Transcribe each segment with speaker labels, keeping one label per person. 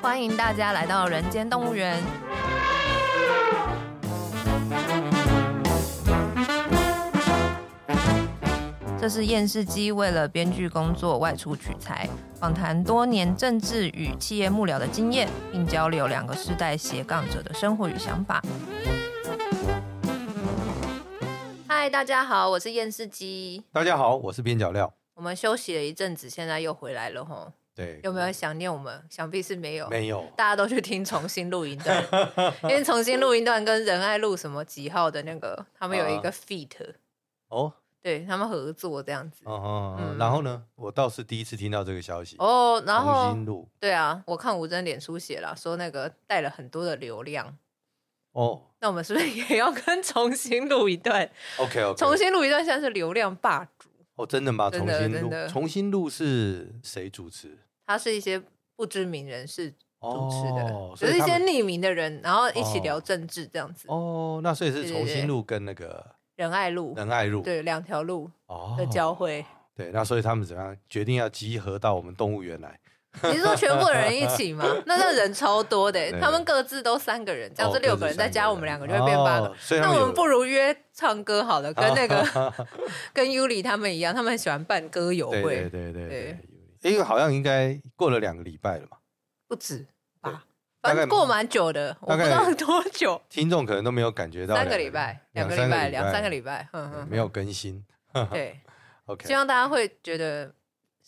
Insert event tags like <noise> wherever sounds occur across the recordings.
Speaker 1: 欢迎大家来到人间动物园。这是验视机为了编剧工作外出取材，访谈多年政治与企业幕僚的经验，并交流两个世代斜杠者的生活与想法。嗨，大家好，我是验视机。
Speaker 2: 大家好，我是边角料。
Speaker 1: 我们休息了一阵子，现在又回来了吼。
Speaker 2: 对，
Speaker 1: 有没有想念我们？想必是没有，
Speaker 2: 没
Speaker 1: <laughs>
Speaker 2: 有？
Speaker 1: 大家都去听重新录音
Speaker 2: <laughs>
Speaker 1: 段，因为重新录音段跟仁爱路什么几号的那个，他们有
Speaker 2: 啊
Speaker 1: 一个 feat，、
Speaker 2: 哦，
Speaker 1: 对他们合作这样子。
Speaker 2: 哦哦，哦
Speaker 1: 嗯
Speaker 2: 然后呢？我倒是第一次听到这个消息。
Speaker 1: 哦，然
Speaker 2: 重
Speaker 1: 后
Speaker 2: 新录
Speaker 1: 对啊，我看吴真脸书写了说那个带了很多的流量，
Speaker 2: 哦
Speaker 1: 那我们是不是也要跟重新录一段？
Speaker 2: <laughs> ，OK OK，
Speaker 1: 重新录一段现在是流量霸主，
Speaker 2: 哦，真的吗？
Speaker 1: 真
Speaker 2: 重
Speaker 1: 的
Speaker 2: 新
Speaker 1: 真
Speaker 2: 录，
Speaker 1: 的
Speaker 2: 重新录是谁主持？
Speaker 1: 他是一些不知名人士主持的，
Speaker 2: 哦，
Speaker 1: 只
Speaker 2: 所
Speaker 1: 是
Speaker 2: 以
Speaker 1: 一
Speaker 2: 他
Speaker 1: 些
Speaker 2: 们
Speaker 1: 匿名的人，然后一起
Speaker 2: 哦
Speaker 1: 聊政治这样子。
Speaker 2: 哦，那所以
Speaker 1: 对
Speaker 2: 是
Speaker 1: 对
Speaker 2: 重
Speaker 1: 对
Speaker 2: 新录跟那个
Speaker 1: 仁爱路，
Speaker 2: 仁爱路
Speaker 1: 对，两条路
Speaker 2: 哦
Speaker 1: 的交汇。
Speaker 2: 对，那所以他们怎么样决定要集合到我们动物园来？
Speaker 1: <laughs> 你是说全部人一起吗？
Speaker 2: <laughs>
Speaker 1: 那那人超多的欸，
Speaker 2: 对
Speaker 1: 他们各自都三个人，这样
Speaker 2: 哦
Speaker 1: 这六
Speaker 2: 各自
Speaker 1: 个人，
Speaker 2: 三
Speaker 1: 再加我们两个就会变八个。
Speaker 2: 哦所以他
Speaker 1: 那
Speaker 2: 们
Speaker 1: 我
Speaker 2: 有
Speaker 1: 们不如约唱歌好了，跟
Speaker 2: <laughs>
Speaker 1: 那个 <laughs> 跟 Yuli 他们一样，他们很喜欢办歌友
Speaker 2: 对对
Speaker 1: 会，
Speaker 2: 对对
Speaker 1: 欸对
Speaker 2: 对，因为好像应该过了两个礼拜了嘛，
Speaker 1: 不止吧？
Speaker 2: 对
Speaker 1: 反正
Speaker 2: 大概
Speaker 1: 过蛮久的，我
Speaker 2: 大
Speaker 1: 不
Speaker 2: 概
Speaker 1: 知道多久，
Speaker 2: 听众可能都没有感觉到
Speaker 1: 三个
Speaker 2: 两
Speaker 1: 礼拜、两
Speaker 2: 两
Speaker 1: 个
Speaker 2: 三
Speaker 1: 礼拜、
Speaker 2: 拜、
Speaker 1: 两三个礼拜，嗯
Speaker 2: 对
Speaker 1: 嗯，
Speaker 2: 没有更新。
Speaker 1: 对，希
Speaker 2: OK，
Speaker 1: 望大家会觉得。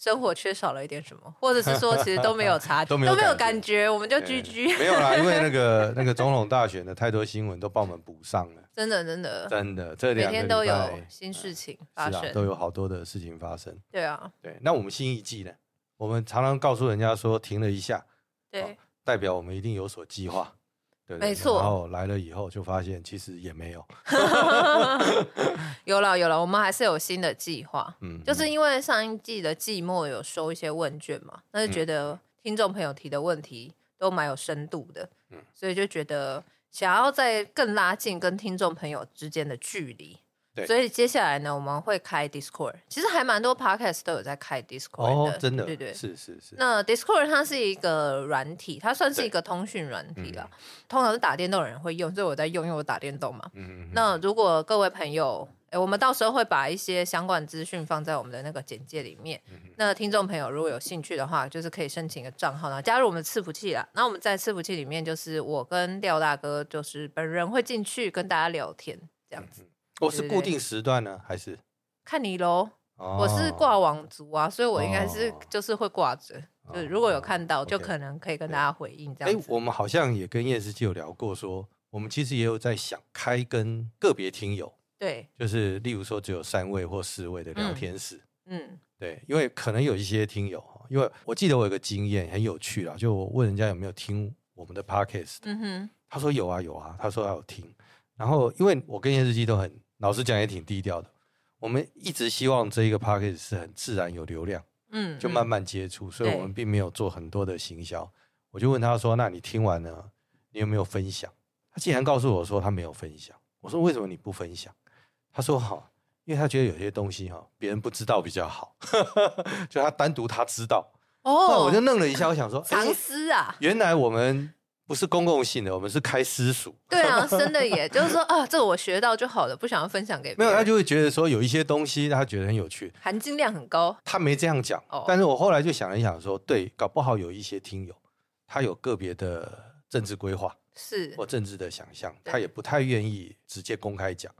Speaker 1: 生活缺少了一点什么，或者是说其实都没
Speaker 2: <laughs>
Speaker 1: 有察
Speaker 2: 都没有感
Speaker 1: 感觉，我们就居
Speaker 2: 对
Speaker 1: 居，
Speaker 2: 没有啦，因为那个 <laughs> 那个总统大选的太多新闻都帮我们补上了，
Speaker 1: 真的真的，
Speaker 2: 真的，
Speaker 1: 嗯
Speaker 2: 这
Speaker 1: 每
Speaker 2: 两个
Speaker 1: 天
Speaker 2: 礼
Speaker 1: 都有
Speaker 2: 拜
Speaker 1: 新事情发
Speaker 2: 是
Speaker 1: 生
Speaker 2: 啊，，都有好多的事情发生。
Speaker 1: 对啊，
Speaker 2: 对，那我们新一季呢，我们常常告诉人家说停了一下，
Speaker 1: 对，
Speaker 2: 代表我们一定有所计划，对不对
Speaker 1: 没错
Speaker 2: 然后来了以后就发现其实也没有，
Speaker 1: 有了有了，我们还是有新的计划，
Speaker 2: 嗯，
Speaker 1: 就是因为上一季的季末有收一些问卷嘛，那
Speaker 2: 嗯
Speaker 1: 就觉得听众朋友提的问题都蛮有深度的，
Speaker 2: 嗯
Speaker 1: 所以就觉得想要再更拉近跟听众朋友之间的距离。
Speaker 2: 对
Speaker 1: 所以接下来呢，我们会开 Discord。其实还蛮多 podcast 都有在开 Discord
Speaker 2: 哦
Speaker 1: 的，，
Speaker 2: 真的，
Speaker 1: 对对。
Speaker 2: 是是嗯是，
Speaker 1: 那 Discord 它是一个软体，它算是
Speaker 2: 对
Speaker 1: 一个通讯软体啦。通常是打电动的人会用，所以我在用，因为我打电动嘛。
Speaker 2: 嗯，
Speaker 1: 那如果各位朋友，诶，我们到时候会把一些相关资讯放在我们的那个简介里面。
Speaker 2: 嗯
Speaker 1: 那听众朋友如果有兴趣的话，就是可以申请一个账号，然后加入我们的伺服器啦。那我们在伺服器里面，就是我跟廖大哥，就是本人会进去跟大家聊天，这样子。
Speaker 2: 我嗯哦是
Speaker 1: 对对
Speaker 2: 固
Speaker 1: 对
Speaker 2: 定时段呢，还是哦
Speaker 1: 看你喽，
Speaker 2: 我
Speaker 1: 我是挂网族啊，所以我应该是
Speaker 2: 哦
Speaker 1: 就是会挂着，
Speaker 2: 哦
Speaker 1: 就是如果有看到，
Speaker 2: OK
Speaker 1: 就可能可以跟大家回应这
Speaker 2: 哎
Speaker 1: 样，子。
Speaker 2: 我们好像也跟叶世基有聊过说，我们其实也有在想开跟个别听友，
Speaker 1: 对，
Speaker 2: 就是例如说只有三位或四位的聊
Speaker 1: 嗯
Speaker 2: 天室。
Speaker 1: 嗯，
Speaker 2: 对，因为可能有一些听友哈，因为我记得我有个经验很有趣啦，就我问人家有没有听我们的 podcast，
Speaker 1: 嗯哼，
Speaker 2: 他说有啊有啊，他说他有听。然后因为我跟叶世基都很，老实讲也挺低调的，我们一直希望这一个 podcast 是很自然有流量。
Speaker 1: 嗯，
Speaker 2: 就慢慢接触，所以
Speaker 1: 对
Speaker 2: 我们并没有做很多的行销。我就问他说：“那你听完了，你有没有分享？”他竟然告诉我说他没有分享。我说：“为什么你不分享？”他说：“哈，因为他觉得有些东西哈，别人不知道比较好， <laughs> 就他单独他知道。”
Speaker 1: 嗯
Speaker 2: 那
Speaker 1: 哦，
Speaker 2: 我就愣了一下，我想说，
Speaker 1: 藏
Speaker 2: 诶
Speaker 1: 私啊。
Speaker 2: 原来我们不是公共性的，我们是开私塾。
Speaker 1: 对啊，真的耶，就是说啊，这我学到就好了，不想要分享给别
Speaker 2: 没
Speaker 1: 人
Speaker 2: 有，他就会觉得说有一些东西他觉得很有趣，
Speaker 1: 含金量很高，
Speaker 2: 他没这样讲，
Speaker 1: 哦
Speaker 2: 但是我后来就想了一想说对，搞不好有一些听友，他有个别的政治规划
Speaker 1: 是
Speaker 2: 或政治的想象，
Speaker 1: 对
Speaker 2: 他也不太愿意直接公开讲。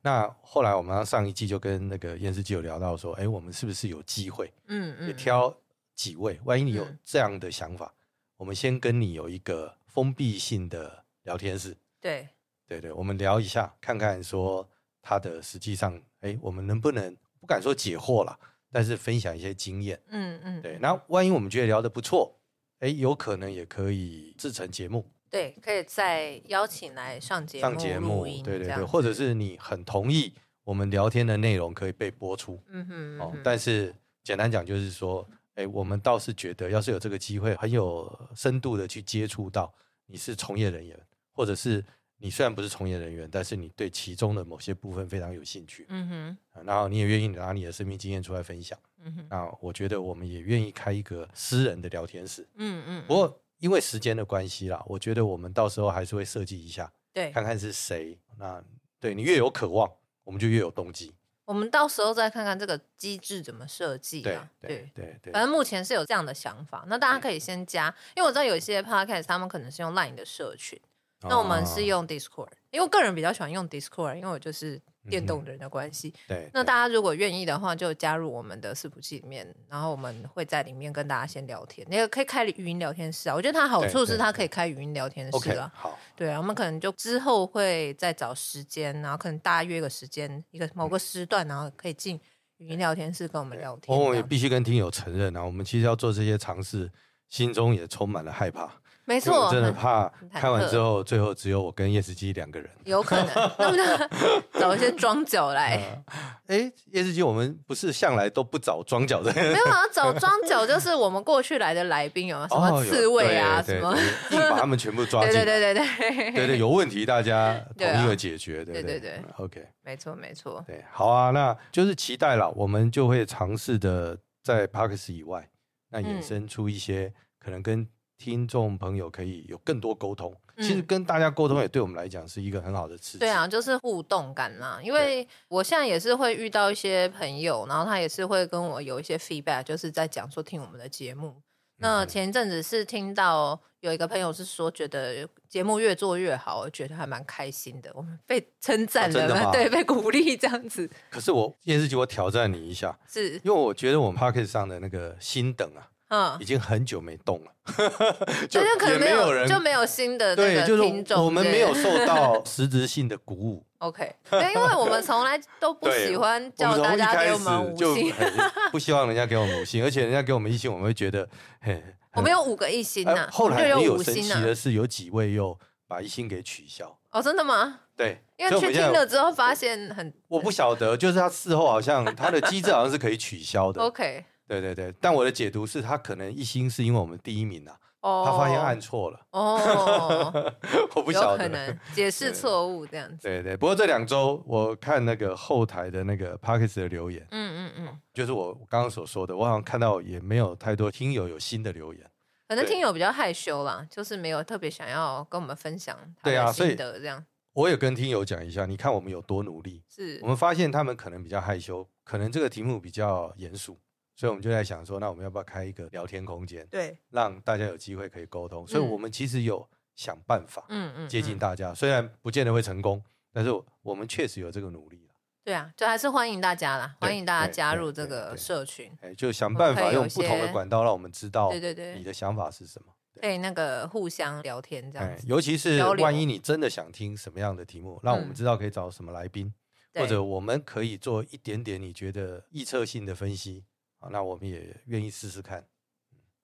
Speaker 2: 那后来我们上一季就跟那个验视机有聊到说，哎，我们是不是有机会
Speaker 1: 嗯
Speaker 2: 也
Speaker 1: 嗯，
Speaker 2: 挑几位？万一你有
Speaker 1: 嗯
Speaker 2: 这样的想法，我们先跟你有一个封闭性的聊天室，
Speaker 1: 对，
Speaker 2: 对对，我们聊一下，看看说他的实际上，哎，我们能不能不敢说解惑啦，但是分享一些经验。
Speaker 1: 嗯嗯，
Speaker 2: 对，那万一我们觉得聊得不错，哎，有可能也可以制成节目、
Speaker 1: 对，可以再邀请来上节
Speaker 2: 上节目
Speaker 1: 录音，，
Speaker 2: 对对
Speaker 1: 这
Speaker 2: 对，
Speaker 1: 样
Speaker 2: 或者是你很同意我们聊天的内容可以被播出
Speaker 1: 嗯哼，嗯
Speaker 2: 哦
Speaker 1: 哼。
Speaker 2: 但是简单讲就是说，哎，我们倒是觉得要是有这个机会，很有深度的去接触到你是从业人员，或者是你虽然不是从业人员，但是你对其中的某些部分非常有兴趣，
Speaker 1: 嗯哼，
Speaker 2: 啊然后你也愿意拿你的生命经验出来分享，
Speaker 1: 嗯哼，
Speaker 2: 那我觉得我们也愿意开一个私人的聊天室。
Speaker 1: 嗯嗯，
Speaker 2: 不过因为时间的关系啦，我觉得我们到时候还是会设计一下，
Speaker 1: 对，
Speaker 2: 看看是谁。那对你越有渴望，我们就越有动机。
Speaker 1: 我们到时候再看看这个机制怎么设计
Speaker 2: 对
Speaker 1: 啊。
Speaker 2: 对对对，嗯
Speaker 1: 反正目前是有这样的想法，那大家可以先加，因为我知道有一些 podcast 他们可能是用 Line 的社群，那我们是
Speaker 2: 哦
Speaker 1: 用 Discord，因为我个人比较喜欢用 Discord，因为我就是电动人的关系。
Speaker 2: 嗯对
Speaker 1: 那
Speaker 2: 对
Speaker 1: 大家如果愿意的话，就加入我们的伺服器里面，然后我们会在里面跟大家先聊天，也可以开语音聊天室啊。我觉得它好处
Speaker 2: 对
Speaker 1: 是
Speaker 2: 对
Speaker 1: 它可以开语音聊天室
Speaker 2: OK
Speaker 1: 啊。
Speaker 2: 好，
Speaker 1: 对啊，我们可能就之后会再找时间，然后可能大约一个时间，一个某
Speaker 2: 嗯
Speaker 1: 个时段，然后可以进语音聊天室跟我们聊天
Speaker 2: 我
Speaker 1: 这样。
Speaker 2: 哦们也必须跟听友承认啊，我们其实要做这些尝试，心中也充满了害怕。
Speaker 1: 没
Speaker 2: 因为
Speaker 1: 错，
Speaker 2: 我真的
Speaker 1: 很
Speaker 2: 怕
Speaker 1: 忐
Speaker 2: 开完
Speaker 1: 忑
Speaker 2: 之后，最后只有我跟叶世基两个人。
Speaker 1: 有可能，
Speaker 2: <laughs>
Speaker 1: 那么就 <laughs> 找一些装脚来。
Speaker 2: 哎，叶世基，我们不是向来都不找装脚的人
Speaker 1: 没，有啊，找装脚就是我们过去来的来宾有没有什么
Speaker 2: 哦有
Speaker 1: 刺猬啊，什
Speaker 2: 对对
Speaker 1: 么，
Speaker 2: 对硬把他们全部抓
Speaker 1: 对
Speaker 2: 进
Speaker 1: 对 <laughs> 对
Speaker 2: 来。
Speaker 1: 对对
Speaker 2: <laughs> 对对，有问题大家统
Speaker 1: <laughs> 对啊
Speaker 2: 一的解决，对不
Speaker 1: 对对
Speaker 2: 对
Speaker 1: 对
Speaker 2: OK，
Speaker 1: 没错没错，
Speaker 2: 对，好啊，那就是期待了，我们就会尝试的在 Parkes 以外，那
Speaker 1: 嗯
Speaker 2: 衍生出一些可能跟听众朋友可以有更多沟通。其实
Speaker 1: 嗯
Speaker 2: 跟大家沟通也对我们来讲是一个很好的刺激。
Speaker 1: 对啊，就是互动感啦。因为我现在也是会遇到一些朋友，然后他也是会跟我有一些 feedback，就是在讲说听我们的节目。那
Speaker 2: 嗯
Speaker 1: 前一阵子是听到有一个朋友是说，觉得节目越做越好，我觉得还蛮开心的。我们被称赞
Speaker 2: 哦
Speaker 1: 了
Speaker 2: 真的
Speaker 1: 嘛，<laughs>
Speaker 2: 吗
Speaker 1: 对，被鼓励这样子
Speaker 2: 可是我电视剧，我挑战你一下，
Speaker 1: 是，
Speaker 2: 因为我觉得我们 p o c k e t 上的那个新等啊，
Speaker 1: 嗯
Speaker 2: 已，经很久没动了， <laughs>
Speaker 1: 就可
Speaker 2: 也
Speaker 1: 能没
Speaker 2: 有人
Speaker 1: 就没有新的那
Speaker 2: 对，
Speaker 1: 个
Speaker 2: 就
Speaker 1: 听
Speaker 2: 是
Speaker 1: 众，
Speaker 2: 我们
Speaker 1: 对
Speaker 2: 没有受
Speaker 1: <laughs>
Speaker 2: 到实质性的鼓舞。
Speaker 1: OK，对，因为我们从来都不
Speaker 2: 对
Speaker 1: 喜欢
Speaker 2: 我
Speaker 1: 叫大
Speaker 2: 们从一
Speaker 1: 家
Speaker 2: 开
Speaker 1: 给
Speaker 2: 始
Speaker 1: 我们五
Speaker 2: 就 <laughs>
Speaker 1: 星， <laughs>
Speaker 2: 很不希望人家给我们五星，而且人家给我们一星，我们会觉得，嘿，
Speaker 1: 我们有五个一星
Speaker 2: 哎
Speaker 1: 呐，
Speaker 2: 后来
Speaker 1: 就
Speaker 2: 也
Speaker 1: 有
Speaker 2: 有
Speaker 1: 五
Speaker 2: 神奇
Speaker 1: 星啊呐，
Speaker 2: 的是，有几位又把一星给取消。
Speaker 1: 哦，真的吗？
Speaker 2: 对，
Speaker 1: 因
Speaker 2: 所
Speaker 1: 为去
Speaker 2: 以我们
Speaker 1: 听
Speaker 2: 现在
Speaker 1: 了之后发现很
Speaker 2: 我不晓得，就是他事后好像他的机制好像是可以取消
Speaker 1: <laughs>
Speaker 2: 的。
Speaker 1: OK
Speaker 2: 对对对，但我的解读是他可能一星是因为我们第一名啊，
Speaker 1: 哦，
Speaker 2: 他发现按错了， <laughs>
Speaker 1: 哦，
Speaker 2: 我不
Speaker 1: 有
Speaker 2: 晓
Speaker 1: 可
Speaker 2: 得。
Speaker 1: 能解释错误这样子，
Speaker 2: 对对，不过这两周我看那个后台的那个 p a c k e s 的留言，
Speaker 1: 嗯嗯嗯，
Speaker 2: 就是我刚刚所说的，我好像看到也没有太多听友有新的留言。
Speaker 1: 可能
Speaker 2: 对
Speaker 1: 听友比较害羞啦，就是没有特别想要跟我们分享他
Speaker 2: 对啊
Speaker 1: 的
Speaker 2: 所以
Speaker 1: 心得，这样
Speaker 2: 我也跟听友讲一下，你看我们有多努力。
Speaker 1: 是
Speaker 2: 我们发现他们可能比较害羞，可能这个题目比较严肃，所以我们就在想说，那我们要不要开一个聊天空间，
Speaker 1: 对，
Speaker 2: 让大家有机会可以沟通？所以
Speaker 1: 嗯
Speaker 2: 我们其实有想办法
Speaker 1: 嗯嗯，
Speaker 2: 接近
Speaker 1: 嗯
Speaker 2: 大家，虽然不见得会成功，但是我们确实有这个努力了。
Speaker 1: 对啊，就还是欢迎大家啦，
Speaker 2: 对
Speaker 1: 欢迎大家
Speaker 2: 对
Speaker 1: 加
Speaker 2: 对
Speaker 1: 入
Speaker 2: 对
Speaker 1: 这个
Speaker 2: 对
Speaker 1: 社群，
Speaker 2: 哎，就想
Speaker 1: 们
Speaker 2: 办
Speaker 1: 可
Speaker 2: 法
Speaker 1: 以有
Speaker 2: 用不同
Speaker 1: 些
Speaker 2: 的管道让我们知道
Speaker 1: 对对对，
Speaker 2: 哦你的想法是什么。
Speaker 1: 可以那个互相聊天这样
Speaker 2: 哎，
Speaker 1: 子，
Speaker 2: 尤其是
Speaker 1: 交流
Speaker 2: 万一你真的想听什么样的题目，让我
Speaker 1: 嗯
Speaker 2: 们知道可以找什么来宾。或
Speaker 1: 对
Speaker 2: 者我们可以做一点点你觉得预测性的分析啊，那我们也愿意试
Speaker 1: <laughs>
Speaker 2: 试看。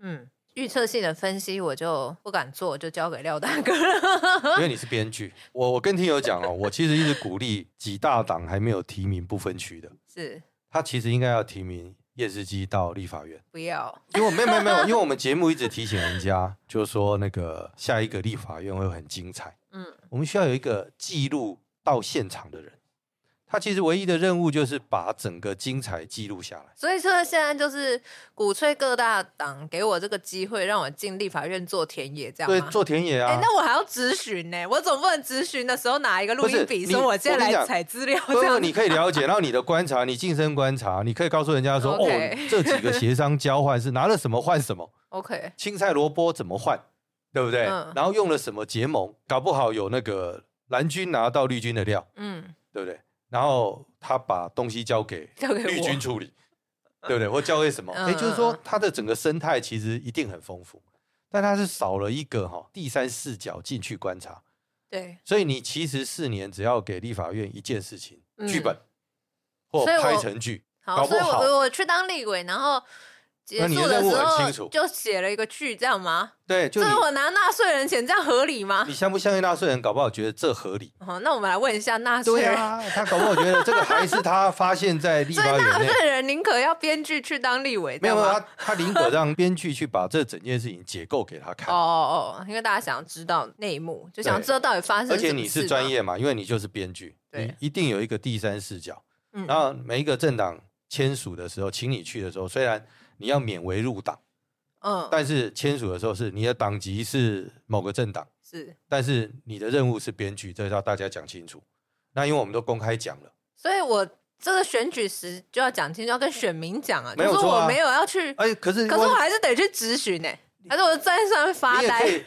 Speaker 1: 嗯，预测性的分析我就不敢做，就交给廖大哥。
Speaker 2: 因为你是编剧，我我跟听友讲哦，我其实一直鼓励几大党还没有提名不分区的，
Speaker 1: <laughs> 是
Speaker 2: 他其实应该要提名叶世基到立法院，
Speaker 1: 不要
Speaker 2: 因为我没有没有没有，因为我们节目一直提醒人家，就是说那个下一个立法院会很精彩，
Speaker 1: 嗯
Speaker 2: 嗯，我们需要有一个记录到现场的人，他其实唯一的任务就是把整个精彩记录下来。
Speaker 1: 所以说现在就是鼓吹各大党给我这个机会，让我进立法院做田野，这样
Speaker 2: 对，
Speaker 1: 吗？
Speaker 2: 做田野啊！
Speaker 1: 哎、那我还要咨询呢，我总不能咨询的时候拿一个录音笔
Speaker 2: 不是你
Speaker 1: 说我现在
Speaker 2: 我跟你
Speaker 1: 来
Speaker 2: 讲
Speaker 1: 采资料，
Speaker 2: 不
Speaker 1: 哦这
Speaker 2: 不，
Speaker 1: 样
Speaker 2: 你可以了解，然后你的观察，你近身
Speaker 1: <laughs>
Speaker 2: 观察，你可以告诉人家说
Speaker 1: OK
Speaker 2: 哦，这几个协商交换是拿了什么换什么，
Speaker 1: OK
Speaker 2: 青菜萝卜怎么换，对不对？
Speaker 1: 嗯
Speaker 2: 然后用了什么结盟，搞不好有那个蓝军拿到绿军的料，
Speaker 1: 嗯，
Speaker 2: 对不对？然后他把东西交给
Speaker 1: 交给我
Speaker 2: 绿
Speaker 1: <laughs>
Speaker 2: 军处理，对不对？或交给什么？
Speaker 1: 嗯
Speaker 2: 也就是说，它的整个生态其实一定很丰富，但它是少了一个哈、第三视角进去观察。
Speaker 1: 对，
Speaker 2: 所以你其实四年只要给立法院一件事情，
Speaker 1: 嗯
Speaker 2: 剧本或
Speaker 1: 所以我
Speaker 2: 拍成剧，
Speaker 1: 好，
Speaker 2: 搞
Speaker 1: 所
Speaker 2: 不
Speaker 1: 以
Speaker 2: 好
Speaker 1: 我我去当立委，然后。结
Speaker 2: 那你
Speaker 1: 束
Speaker 2: 的
Speaker 1: 的
Speaker 2: 任务
Speaker 1: 时
Speaker 2: 很
Speaker 1: 候
Speaker 2: 清楚
Speaker 1: 就写了一个剧，这样吗？
Speaker 2: 对，就
Speaker 1: 这
Speaker 2: 你
Speaker 1: 是我拿纳税人钱，这样合理吗
Speaker 2: 你？相不相信纳税人，搞不好觉得这合理。
Speaker 1: 哦，那我们来问一下纳税
Speaker 2: 对
Speaker 1: 人。
Speaker 2: 啊， <laughs> 他搞不好觉得这个还是他发现，在立
Speaker 1: 所
Speaker 2: 法
Speaker 1: 以纳
Speaker 2: 院内
Speaker 1: 税人宁可要编剧去当立委，
Speaker 2: 没有
Speaker 1: 这
Speaker 2: 没有，
Speaker 1: 样
Speaker 2: 他
Speaker 1: 吗
Speaker 2: 他宁可让编剧去把这整件事情解构给他看。
Speaker 1: 哦哦哦，因为大家想要知道内幕，就想知道到底发生什
Speaker 2: 而
Speaker 1: 么事
Speaker 2: 且
Speaker 1: 嘛。
Speaker 2: 你是专业嘛，因为你就是编剧，
Speaker 1: 对
Speaker 2: 你一定有一个第三视角。
Speaker 1: 嗯
Speaker 2: 然后每一个政党签署的时候，请你去的时候，虽然你要勉为入党，
Speaker 1: 嗯，
Speaker 2: 但是签署的时候是你的党籍是某个政党，
Speaker 1: 是。
Speaker 2: 但是你的任务是编剧，这要大家讲清楚。那因为我们都公开讲了，
Speaker 1: 所以我这个选举时就要讲清楚，要跟选民讲啊，
Speaker 2: 没有
Speaker 1: 就是
Speaker 2: 错啊
Speaker 1: 我没有要去，
Speaker 2: 哎、可是
Speaker 1: 可是我还是得去咨询呢，还是我站在上面发
Speaker 2: 你也
Speaker 1: 呆
Speaker 2: 可。以，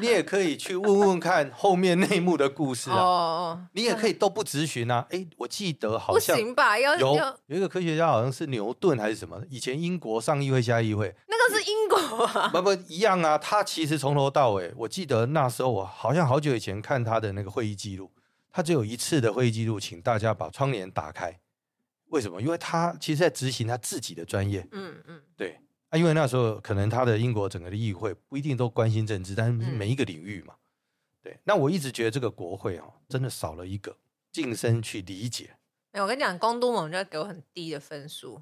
Speaker 2: 你也可以 <laughs> 去问问看后面内幕的故事
Speaker 1: 哦
Speaker 2: 啊。
Speaker 1: 哦，
Speaker 2: 你也可以都不咨询啊。哎、我记得好
Speaker 1: 不
Speaker 2: 像
Speaker 1: 行吧？要
Speaker 2: 有
Speaker 1: 要
Speaker 2: 有一个科学家，好像是牛顿还是什么，以前英国上议会下议会，
Speaker 1: 那个是英国啊，
Speaker 2: 不不一样啊。他其实从头到尾，我记得那时候我好像好久以前看他的那个会议记录，他只有一次的会议记录，请大家把窗帘打开。为什么？因为他其实在执行他自己的专业。
Speaker 1: 嗯嗯，
Speaker 2: 对，啊，因为那时候可能他的英国整个的议会不一定都关心政治，但是
Speaker 1: 嗯
Speaker 2: 每一个领域嘛，对。那我一直觉得这个国会哦，真的少了一个晋升去理解。
Speaker 1: 没有，我跟你讲，公都盟就要给我很低的分数，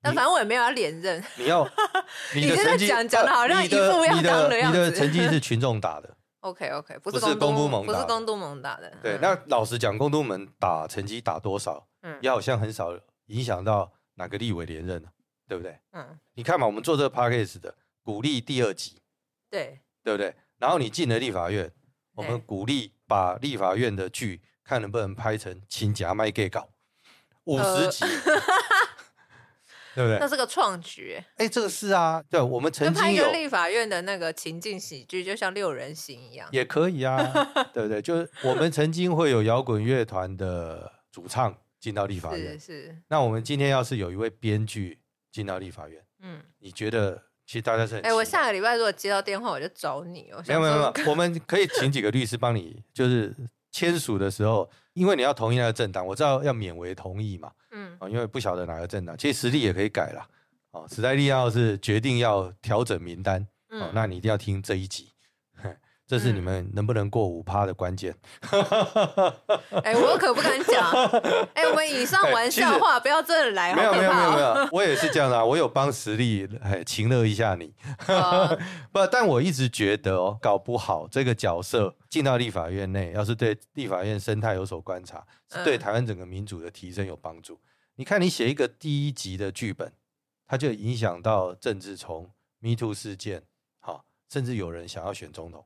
Speaker 1: 但
Speaker 2: 你
Speaker 1: 反正我也没有要连任，<laughs>
Speaker 2: 你要
Speaker 1: 你
Speaker 2: 你的
Speaker 1: 这个
Speaker 2: 成绩
Speaker 1: 讲讲得
Speaker 2: 呃
Speaker 1: 好像
Speaker 2: 你
Speaker 1: 一副
Speaker 2: 的
Speaker 1: 要当
Speaker 2: 你
Speaker 1: 的
Speaker 2: 的
Speaker 1: 样
Speaker 2: 你的
Speaker 1: 子
Speaker 2: 成绩是群众打的，
Speaker 1: OK OK，不
Speaker 2: 不
Speaker 1: 是
Speaker 2: 是
Speaker 1: 公
Speaker 2: 公
Speaker 1: 都
Speaker 2: 都盟
Speaker 1: 不是
Speaker 2: 打的
Speaker 1: 公都盟打的。
Speaker 2: 对。
Speaker 1: 嗯
Speaker 2: 那老实讲，公都门打成绩打多少，
Speaker 1: 嗯
Speaker 2: 也好像很少影响到哪个立委连任啊对不对？
Speaker 1: 嗯，
Speaker 2: 你看嘛，我们做这个 podcast 的鼓励第二集，
Speaker 1: 对，
Speaker 2: 对不对？然后你进了立法院，我们
Speaker 1: 对
Speaker 2: 鼓励把立法院的剧看能不能拍成《请假卖给稿》五十
Speaker 1: 呃 <laughs>
Speaker 2: 集，对不对
Speaker 1: 那？是个创举欸，
Speaker 2: 哎，这个是啊，对，我们
Speaker 1: 就
Speaker 2: 曾
Speaker 1: 拍
Speaker 2: 经
Speaker 1: 一
Speaker 2: 有
Speaker 1: 个立法院的那个情境喜剧，就像六人行一样。
Speaker 2: 也可以
Speaker 1: <laughs>
Speaker 2: 啊，对不对？就是我们曾经会有摇滚乐团的主唱进到立法
Speaker 1: 是
Speaker 2: 院，
Speaker 1: 是，
Speaker 2: 那我们今天要是有一位编剧进到立法院，
Speaker 1: 嗯，
Speaker 2: 你觉得其实大家是很
Speaker 1: 哎，我
Speaker 2: 期待
Speaker 1: 下个礼拜如果接到电话，我就找你。我
Speaker 2: 没
Speaker 1: 想
Speaker 2: 有没有没
Speaker 1: 说，
Speaker 2: 有，我们可以请几个律师帮你，就是签署的时候，因为你要同意那个政党，我知道要勉为同意嘛，
Speaker 1: 嗯，
Speaker 2: 啊、因为不晓得哪个政党，其实实力也可以改啦。哦，时代力要是决定要调整名单，哦
Speaker 1: 嗯，
Speaker 2: 那你一定要听这一集，嘿这是你
Speaker 1: 嗯
Speaker 2: 们能不能过五趴的关键。
Speaker 1: 哎，我可不敢
Speaker 2: <laughs>
Speaker 1: 讲。哎，我们以上
Speaker 2: 哎
Speaker 1: 玩
Speaker 2: 其
Speaker 1: 笑
Speaker 2: 实
Speaker 1: 话，不要真的来，
Speaker 2: 没
Speaker 1: 好
Speaker 2: 有没
Speaker 1: 可
Speaker 2: 有没
Speaker 1: 怕
Speaker 2: 有没
Speaker 1: 哦。
Speaker 2: 有，我也是这样的、啊，我有帮实力，哎，情乐一下你。 <laughs>
Speaker 1: 呃
Speaker 2: 不，但我一直觉得哦，搞不好这个角色进到立法院内，要是对立法院生态有所观察，是对
Speaker 1: 嗯
Speaker 2: 台湾整个民主的提升有帮助。你看，你写一个第一集的剧本，它就影响到政治从 Me Too 事件，好、甚至有人想要选总统。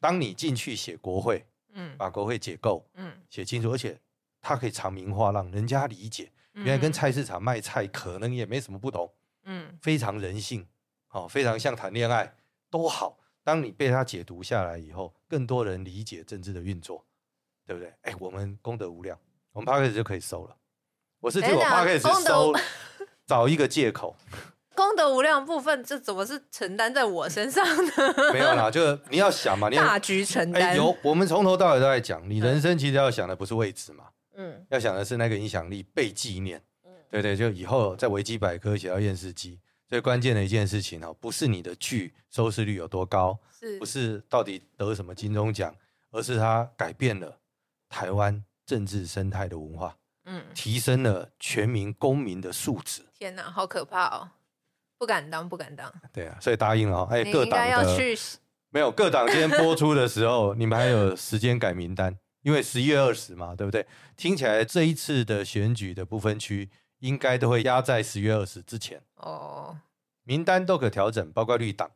Speaker 2: 当你进去写国会，
Speaker 1: 嗯
Speaker 2: 把国会解构
Speaker 1: 嗯，
Speaker 2: 写清楚，而且它可以长明化，让人家理解，原来跟
Speaker 1: 嗯
Speaker 2: 菜市场卖菜可能也没什么不同。
Speaker 1: 嗯
Speaker 2: 非常人性，哦，非常像谈恋爱都好。当你被他解读下来以后，更多人理解政治的运作，对不对？哎，我们功德无量，我们 p a c k a g e 就可以收了。我是替
Speaker 1: 等
Speaker 2: 我
Speaker 1: 等
Speaker 2: p a c k a g
Speaker 1: 哎功
Speaker 2: e
Speaker 1: 德
Speaker 2: 收找一个借口，
Speaker 1: 功德无量部分，这怎么是承担在我身上呢？
Speaker 2: 没有啦，就是你要想嘛，你要
Speaker 1: 大嗯局承
Speaker 2: 哎
Speaker 1: 担。
Speaker 2: 有，我们从头到尾都在讲，你人生其实要想的不是位置嘛，
Speaker 1: 嗯
Speaker 2: 要想的是那个影响力被纪念。
Speaker 1: 嗯
Speaker 2: 对对，就以后在维基百科写到验视机，最关键的一件事情哦，不是你的剧收视率有多高，
Speaker 1: 是
Speaker 2: 不是到底得什么金钟奖，而是它改变了台湾政治生态的文化，
Speaker 1: 嗯，
Speaker 2: 提升了全民公民的素质。
Speaker 1: 天哪，好可怕哦！不敢当，不敢当。
Speaker 2: 对啊，所以答应了哦，哎，
Speaker 1: 你
Speaker 2: 各
Speaker 1: 应
Speaker 2: 党
Speaker 1: 该要
Speaker 2: 的
Speaker 1: 去
Speaker 2: 没有各党今天播出的时候，你们还有时间改名单，因为十一月二十嘛，对不对？听起来这一次的选举的不分区应该都会压在十月二十之前，
Speaker 1: 哦，
Speaker 2: 名单都可调整，包括绿党，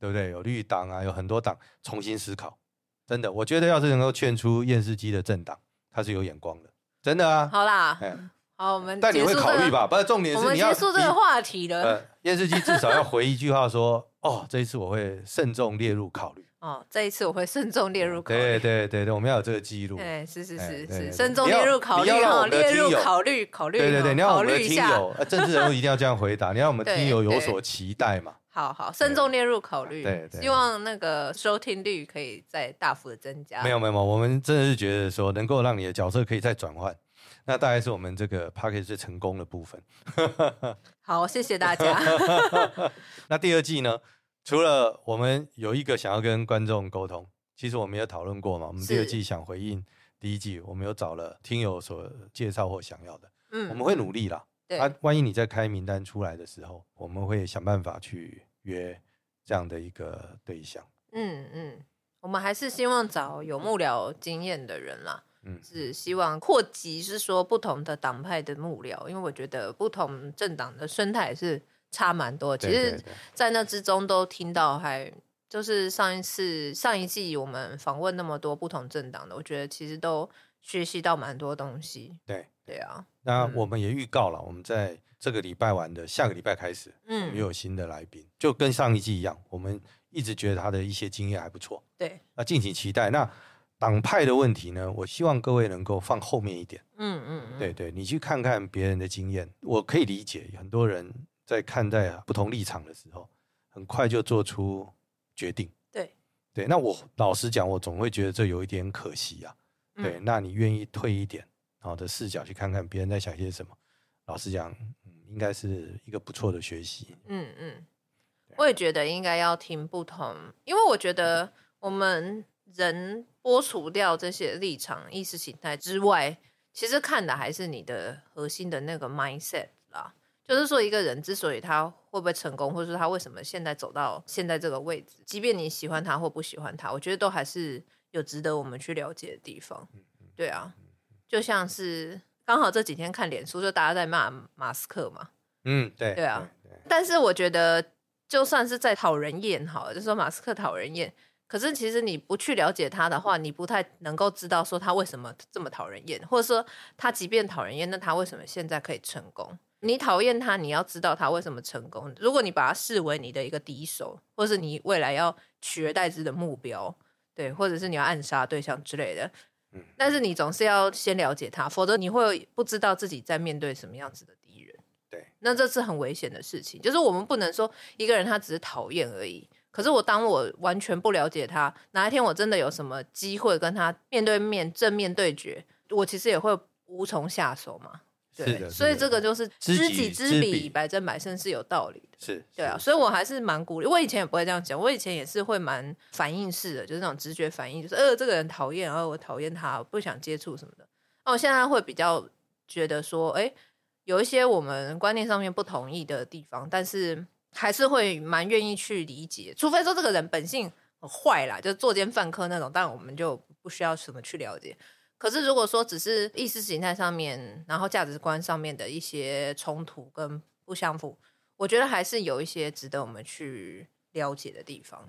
Speaker 2: 对不对？有绿党啊，有很多党重新思考。真的，我觉得要是能够劝出验视机的政党，他是有眼光的，真的啊。
Speaker 1: 好啦，
Speaker 2: 哎，
Speaker 1: 好，我们
Speaker 2: 但你
Speaker 1: 结
Speaker 2: 会
Speaker 1: 束
Speaker 2: 考
Speaker 1: 这
Speaker 2: 虑
Speaker 1: 个
Speaker 2: 吧？不是，重点
Speaker 1: 我
Speaker 2: 是
Speaker 1: 们
Speaker 2: 你要
Speaker 1: 结束这个
Speaker 2: 你
Speaker 1: 话题了。
Speaker 2: 呃，验视机至少要回一句话说：“哦，这一次我会慎重列入考虑。
Speaker 1: 哦，这一次我会慎重”列入考
Speaker 2: 对
Speaker 1: 虑。
Speaker 2: 对对对，我们要有这个记录。
Speaker 1: 哎，是是
Speaker 2: 哎
Speaker 1: 是
Speaker 2: 对对
Speaker 1: 是，
Speaker 2: 对
Speaker 1: 慎重
Speaker 2: 你要
Speaker 1: 列入考
Speaker 2: 你
Speaker 1: 虑
Speaker 2: 要让
Speaker 1: 哈，
Speaker 2: 我们的
Speaker 1: 列入
Speaker 2: 听友
Speaker 1: 考虑考虑哈，哦
Speaker 2: 对对对，你要
Speaker 1: 考
Speaker 2: 我们的
Speaker 1: 虑一
Speaker 2: 听
Speaker 1: 下。
Speaker 2: 友，呃政治人物一定要这样回
Speaker 1: <laughs>
Speaker 2: 答，你要我们
Speaker 1: 对
Speaker 2: 听友有
Speaker 1: 对
Speaker 2: 所期待嘛。
Speaker 1: 好好，慎重列入考虑
Speaker 2: 对，对
Speaker 1: 希望那个收听率可以再大幅的增加。
Speaker 2: 没有没有，没有我们真的是觉得说能够让你的角色可以再转换，那大概是我们这个 p a c k a g e 最成功的部分。
Speaker 1: 好，谢谢大
Speaker 2: <laughs>
Speaker 1: 家。
Speaker 2: 那第二季呢，除了我们有一个想要跟观众沟通，其实我们也讨论过嘛，我们第二
Speaker 1: 是
Speaker 2: 季想回应第一季，我们有找了听友所介绍或想要的，我们
Speaker 1: 嗯，
Speaker 2: 会努力啦。
Speaker 1: 对，
Speaker 2: 啊，万一你在开名单出来的时候，我们会想办法去约这样的一个对象。
Speaker 1: 嗯嗯，我们还是希望找有幕僚经验的人啦。
Speaker 2: 嗯，
Speaker 1: 是希望扩及，是说不同的党派的幕僚，因为我觉得不同政党的生态是差蛮多。其
Speaker 2: 对对
Speaker 1: 实，
Speaker 2: 对
Speaker 1: 在那之中都听到还，就是上一次上一季我们访问那么多不同政党的，我觉得其实都学习到蛮多东西。
Speaker 2: 对。
Speaker 1: 对啊，
Speaker 2: 那
Speaker 1: 嗯
Speaker 2: 我们也预告了，我们在这个礼拜完的下个礼拜开始，我们
Speaker 1: 嗯，
Speaker 2: 又有新的来宾，就跟上一季一样，我们一直觉得他的一些经验还不错，
Speaker 1: 对，
Speaker 2: 那敬请期待。那党派的问题呢，我希望各位能够放后面一点。
Speaker 1: 嗯嗯嗯，
Speaker 2: 对对，你去看看别人的经验，我可以理解很多人在看待不同立场的时候，很快就做出决定。
Speaker 1: 对
Speaker 2: 对，那我老实讲，我总会觉得这有一点可惜啊。
Speaker 1: 嗯
Speaker 2: 对，那你愿意退一点好的视角去看看别人在想些什么？老实讲，嗯，应该是一个不错的学习。
Speaker 1: 嗯嗯，我也觉得应该要听不同，因为我觉得我们人剥除掉这些立场、意识形态之外，其实看的还是你的核心的那个 mindset 啦。就是说，一个人之所以他会不会成功，或者说他为什么现在走到现在这个位置，即便你喜欢他或不喜欢他，我觉得都还是有值得我们去了解的地方。对啊，就像是刚好这几天看脸书，就大家在骂马斯克嘛，
Speaker 2: 嗯，对，
Speaker 1: 对啊
Speaker 2: 对，对
Speaker 1: 但是我觉得，就算是在讨人厌，好了，就说马斯克讨人厌，可是其实你不去了解他的话，你不太能够知道说他为什么这么讨人厌，或者说他即便讨人厌，那他为什么现在可以成功？你讨厌他，你要知道他为什么成功。如果你把他视为你的一个敌手，或是你未来要取而代之的目标，对，或者是你要暗杀对象之类的
Speaker 2: 嗯，
Speaker 1: 但是你总是要先了解他，否则你会不知道自己在面对什么样子的敌人。
Speaker 2: 对
Speaker 1: 那这是很危险的事情。就是我们不能说一个人他只是讨厌而已。可是我当我完全不了解他，哪一天我真的有什么机会跟他面对面正面对决，我其实也会无从下手嘛。对，
Speaker 2: 是的
Speaker 1: 所以
Speaker 2: 是的
Speaker 1: 这个就是
Speaker 2: 知己
Speaker 1: 己
Speaker 2: 知
Speaker 1: 知
Speaker 2: 彼
Speaker 1: 百战百胜是有道理的。
Speaker 2: 是，
Speaker 1: 对啊，
Speaker 2: 是
Speaker 1: 所以我还是蛮鼓励。我以前也不会这样讲，我以前也是会蛮反应式的，就是那种直觉反应，就是呃这个人讨厌，然后我讨厌他，不想接触什么的。那我现在会比较觉得说，哎，有一些我们观念上面不同意的地方，但是还是会蛮愿意去理解，除非说这个人本性很坏啦，就是作奸犯科那种，当然我们就不需要什么去了解。可是如果说只是意识形态上面，然后价值观上面的一些冲突跟不相符，我觉得还是有一些值得我们去了解的地方。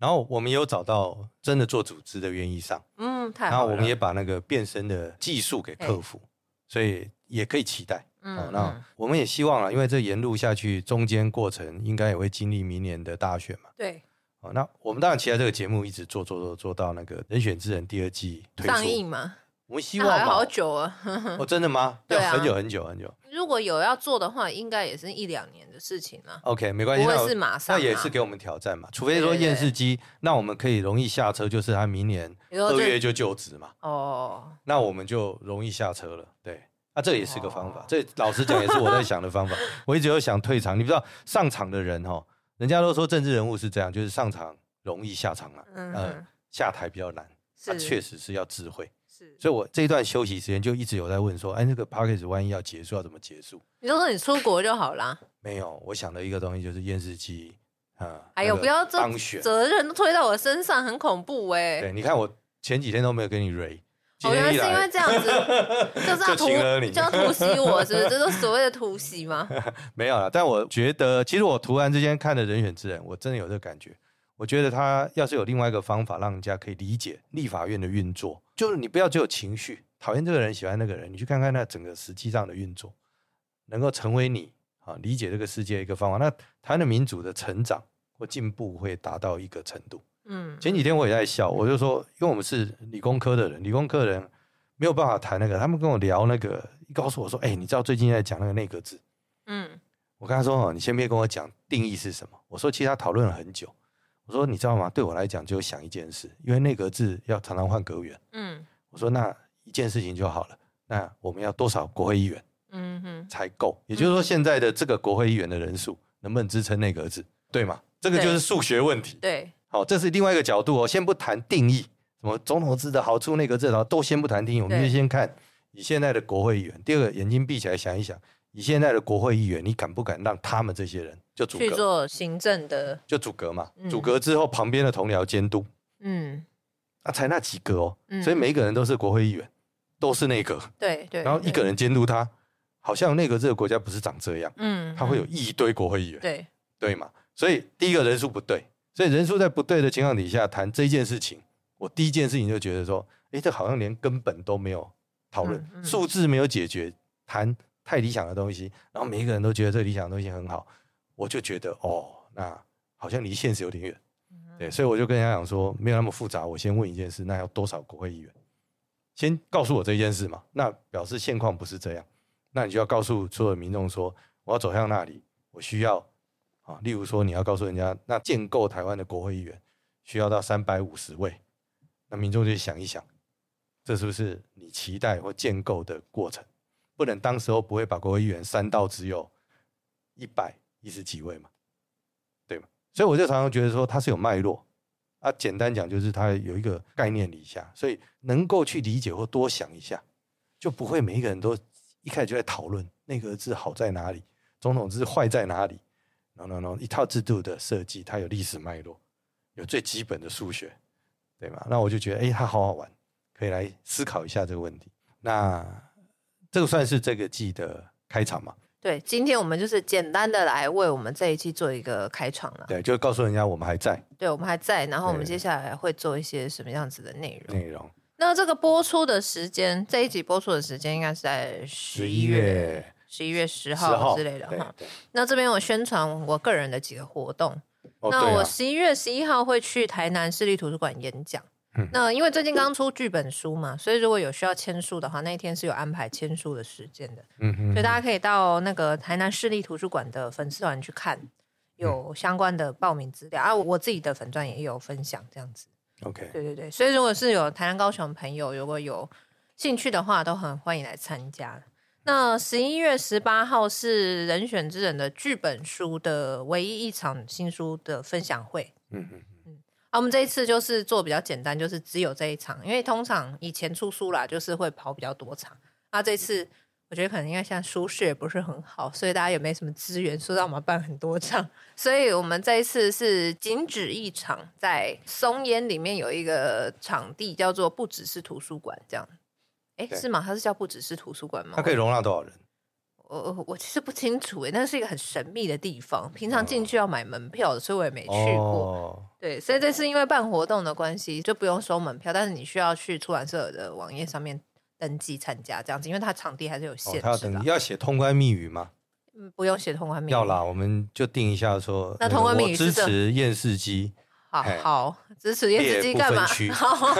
Speaker 2: 然后我们有找到真的做组织的愿意上，
Speaker 1: 嗯，太
Speaker 2: 然
Speaker 1: 好
Speaker 2: 后
Speaker 1: 了。
Speaker 2: 我们也把那个变身的技术给克服，所以也可以期待。哦
Speaker 1: 嗯，，
Speaker 2: 那
Speaker 1: 嗯
Speaker 2: 我们也希望啊，因为这沿路下去，中间过程应该也会经历明年的大选嘛。
Speaker 1: 对
Speaker 2: 哦，那我们当然期待这个节目一直做做做做到那个《人选之人》第二季推出。
Speaker 1: 上映嘛，
Speaker 2: 我们希
Speaker 1: 那
Speaker 2: 望
Speaker 1: 还好
Speaker 2: 嘛，
Speaker 1: 久啊。
Speaker 2: 哦，真的吗？
Speaker 1: <laughs> 对啊
Speaker 2: 要很久很久很久。
Speaker 1: 如果有要做的话，应该也是一两年的事情了。
Speaker 2: OK，没关系，
Speaker 1: 不
Speaker 2: 那
Speaker 1: 会
Speaker 2: 我
Speaker 1: 是马上、
Speaker 2: 那
Speaker 1: 啊，
Speaker 2: 也是给我们挑战嘛。除非说
Speaker 1: 对对对
Speaker 2: 验视机，那我们可以容易下车，就是他明年
Speaker 1: 比如
Speaker 2: 二
Speaker 1: 说这
Speaker 2: 月就就职嘛，
Speaker 1: 哦，
Speaker 2: 那我们就容易下车了。对，那、这也是个方法
Speaker 1: 哦。
Speaker 2: 这老实讲也是我在想的方法。我一直有想退场，你不知道上场的人哦，人家都说政治人物是这样，就是上场容易下场了、
Speaker 1: 嗯，
Speaker 2: 呃下台比较难。那、
Speaker 1: 是
Speaker 2: 确实是要智慧，
Speaker 1: 是。
Speaker 2: 所以我这一段休息时间就一直有在问说，哎，那个 p a c k a g e 万一要结束要怎么结束？
Speaker 1: 你就说你出国就好啦，
Speaker 2: 没有，我想的一个东西就是验视机啊，呃
Speaker 1: 哎呦，
Speaker 2: 那个
Speaker 1: 不要这
Speaker 2: 当选。
Speaker 1: 责任都推到我身上，很恐怖哎、
Speaker 2: 对，你看我前几天都没有跟你 re，今
Speaker 1: 哦，原来
Speaker 2: 天一
Speaker 1: 是因为
Speaker 2: 来
Speaker 1: 这样子，
Speaker 2: <laughs>
Speaker 1: 就是要
Speaker 2: 就请了
Speaker 1: 突
Speaker 2: 你
Speaker 1: 就要突袭我，是不是？这就是所谓的突袭
Speaker 2: <laughs>
Speaker 1: 吗？
Speaker 2: 没有了。但我觉得，其实我突然之间看了《人选之人》，我真的有这个感觉。我觉得他要是有另外一个方法，让人家可以理解立法院的运作，就是你不要只有情绪，讨厌这个人，喜欢那个人，你去看看那整个实际上的运作，能够成为你啊理解这个世界一个方法。那台湾的民主的成长或进步会达到一个程度。
Speaker 1: 嗯，
Speaker 2: 前几天我也在笑，我就说，因为我们是理工科的人，理工科的人没有办法谈那个。他们跟我聊那个，告诉我说：“哎、你知道最近在讲那个内阁制？”
Speaker 1: 嗯，
Speaker 2: 我跟他说：“哦，你先别跟我讲定义是什么。”我说：“其实他讨论了很久。”我说：“你知道吗？对我来讲，只有想一件事，因为内阁制要常常换阁员。
Speaker 1: 嗯，
Speaker 2: 我说那一件事情就好了。那我们要多少国会议员
Speaker 1: 嗯哼，
Speaker 2: 才够？也就是说，现在的这个国会议员的人数能不能支撑内阁制？对吗？这个
Speaker 1: 对
Speaker 2: 就是数学问题。”
Speaker 1: 对，
Speaker 2: 好，这是另外一个角度哦。先不谈定义，什么总统制的好处、内阁制的好都先不谈定义，我们
Speaker 1: 对
Speaker 2: 就先看你现在的国会议员。第二个，眼睛闭起来想一想，你现在的国会议员，你敢不敢让他们这些人就阻
Speaker 1: 去
Speaker 2: 隔？
Speaker 1: 做行政的，
Speaker 2: 就阻隔嘛，
Speaker 1: 嗯
Speaker 2: 阻隔之后，旁边的同僚监督，
Speaker 1: 嗯，
Speaker 2: 啊，才那几个哦，
Speaker 1: 嗯
Speaker 2: 所以每一个人都是国会议员，都是内阁，
Speaker 1: 对对，
Speaker 2: 然后一个人监督他，好像那个这个国家不是长这样，
Speaker 1: 嗯，
Speaker 2: 它会有一堆国会议员，
Speaker 1: 对，
Speaker 2: 对嘛？所以第一个人数不对，所以人数在不对的情况底下谈这件事情，我第一件事情就觉得说，诶，这好像连根本都没有讨论
Speaker 1: 嗯，嗯
Speaker 2: 数字没有解决，谈太理想的东西，然后每一个人都觉得这理想的东西很好，我就觉得哦，那好像离现实有点远。
Speaker 1: 嗯
Speaker 2: 对，所以我就跟人家讲说，没有那么复杂。我先问一件事，那要多少国会议员？先告诉我这件事嘛。那表示现况不是这样，那你就要告诉所有民众说，我要走向那里，我需要啊，例如说你要告诉人家，那建构台湾的国会议员需要到三百五十位，那民众就想一想，这是不是你期待或建构的过程？不能当时候不会把国会议员删到只有一百一十几位嘛，对吗？所以我就常常觉得说它是有脉络啊，简单讲就是它有一个概念理下，所以能够去理解或多想一下，就不会每一个人都一开始就在讨论内阁制好在哪里，总统制坏在哪里。no no no，一套制度的设计，它有历史脉络，有最基本的数学，对吗？那我就觉得，哎，它好好玩，可以来思考一下这个问题。那这个算是这个季的开场嘛？
Speaker 1: 对，今天我们就是简单的来为我们这一期做一个开场了。
Speaker 2: 对，就告诉人家我们还在
Speaker 1: 对，我们还在，然后我们
Speaker 2: 对
Speaker 1: 接下来会做一些什么样子的内容？
Speaker 2: 内容。
Speaker 1: 那这个播出的时间，这一集播出的时间应该是在十一月。十一月十
Speaker 2: 10
Speaker 1: 号之类的
Speaker 2: 对
Speaker 1: 哈，
Speaker 2: 对
Speaker 1: 那这边我宣传我个人的几个活动。
Speaker 2: 哦，
Speaker 1: 那
Speaker 2: 对
Speaker 1: 我
Speaker 2: 啊
Speaker 1: 十一月十一号会去台南市立图书馆演讲。
Speaker 2: 嗯
Speaker 1: 那因为最近刚出剧本书嘛，所以如果有需要签书的话，那一天是有安排签书的时间的。
Speaker 2: 嗯哼
Speaker 1: 所以大家可以到那个台南市立图书馆的粉丝团去看，
Speaker 2: 嗯
Speaker 1: 有相关的报名资料、啊。我自己的粉专也有分享这样子。
Speaker 2: OK，
Speaker 1: 对对对，所以如果是有台南、高雄的朋友，如果有兴趣的话，都很欢迎来参加。那十一月十八号是《人选之人》的剧本书的唯一一场新书的分享会。
Speaker 2: 嗯嗯，
Speaker 1: 啊，我们这一次就是做比较简单，就是只有这一场，因为通常以前出书啦，就是会跑比较多场。啊，这次我觉得可能因为现在书市也不是很好，所以大家也没什么资源，说让我们办很多场， <laughs> 所以我们这一次是仅止一场，在松烟里面有一个场地叫做不只是图书馆这样。哎，
Speaker 2: 对
Speaker 1: 是吗？它是叫不只是图书馆吗？
Speaker 2: 它可以容纳多少人？
Speaker 1: 我我我其实不清楚哎，那是一个很神秘的地方，平常进去要买门票的，所以我也没去过。
Speaker 2: 哦，
Speaker 1: 对，所以这次因为办活动的关系，就不用收门票，但是你需要去出版社的网页上面登记参加这样子，因为它场地还是有限
Speaker 2: 哦它要
Speaker 1: 制的、
Speaker 2: 等要写通关密语吗？
Speaker 1: 嗯不用写通关密语。
Speaker 2: 要啦，我们就定一下说，
Speaker 1: 那
Speaker 2: 个
Speaker 1: 通关密语
Speaker 2: 我
Speaker 1: 是
Speaker 2: 支
Speaker 1: 这
Speaker 2: 持验视机，
Speaker 1: 好
Speaker 2: 嘿
Speaker 1: 好支持叶子
Speaker 2: 列
Speaker 1: 基
Speaker 2: 不
Speaker 1: 干嘛？<laughs>
Speaker 2: 分区
Speaker 1: 好，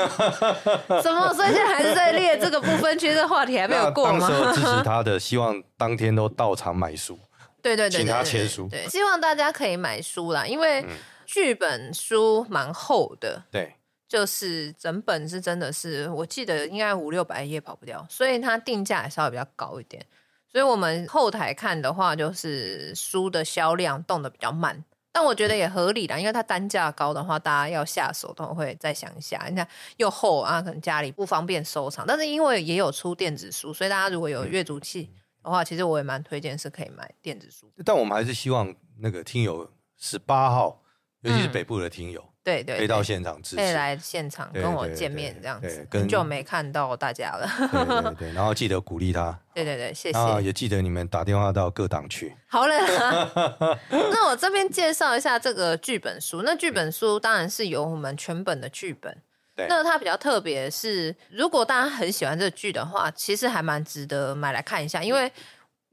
Speaker 1: 怎么？所以现在还是在列这个不分区，这话题还没有
Speaker 2: 那
Speaker 1: 过
Speaker 2: 当时候
Speaker 1: 吗？
Speaker 2: 支持他的，希望当天都到场
Speaker 1: <laughs>
Speaker 2: 买书。
Speaker 1: 对对对对，
Speaker 2: 请他
Speaker 1: 对
Speaker 2: 签书嗯
Speaker 1: 对，希望大家可以买书啦，因为剧本书蛮厚的，
Speaker 2: 对，
Speaker 1: 就是整本是真的是，我记得应该五六百页跑不掉，所以它定价也稍微比较高一点。所以我们后台看的话，就是书的销量动得比较慢，但我觉得也合理啦，因为它单价高的话，大家要下手都会再想一下。你看又厚啊，可能家里不方便收藏，但是因为也有出电子书，所以大家如果
Speaker 2: 嗯
Speaker 1: 有阅读器的话，其实我也蛮推荐是可以买电子书。
Speaker 2: 但我们还是希望那个听友十八号，尤其是
Speaker 1: 嗯
Speaker 2: 北部的听友，
Speaker 1: 对对
Speaker 2: 可以
Speaker 1: 对
Speaker 2: 到现场支持
Speaker 1: 可。以来现场
Speaker 2: 对
Speaker 1: 跟我
Speaker 2: 对
Speaker 1: 见
Speaker 2: 对
Speaker 1: 面这样
Speaker 2: 对
Speaker 1: 子，
Speaker 2: 跟
Speaker 1: 很久没看到大家了。 <laughs>
Speaker 2: 对对对，然后记得鼓励他，
Speaker 1: 对对对，谢谢。
Speaker 2: 啊，也记得你们打电话到各党去。
Speaker 1: 好了啦，那我这边介绍一下这个剧本书。那剧本书当然是由我们全本的剧本。
Speaker 2: 对
Speaker 1: 那它比较特别是，如果大家很喜欢这个剧的话，其实还蛮值得买来看一下，因为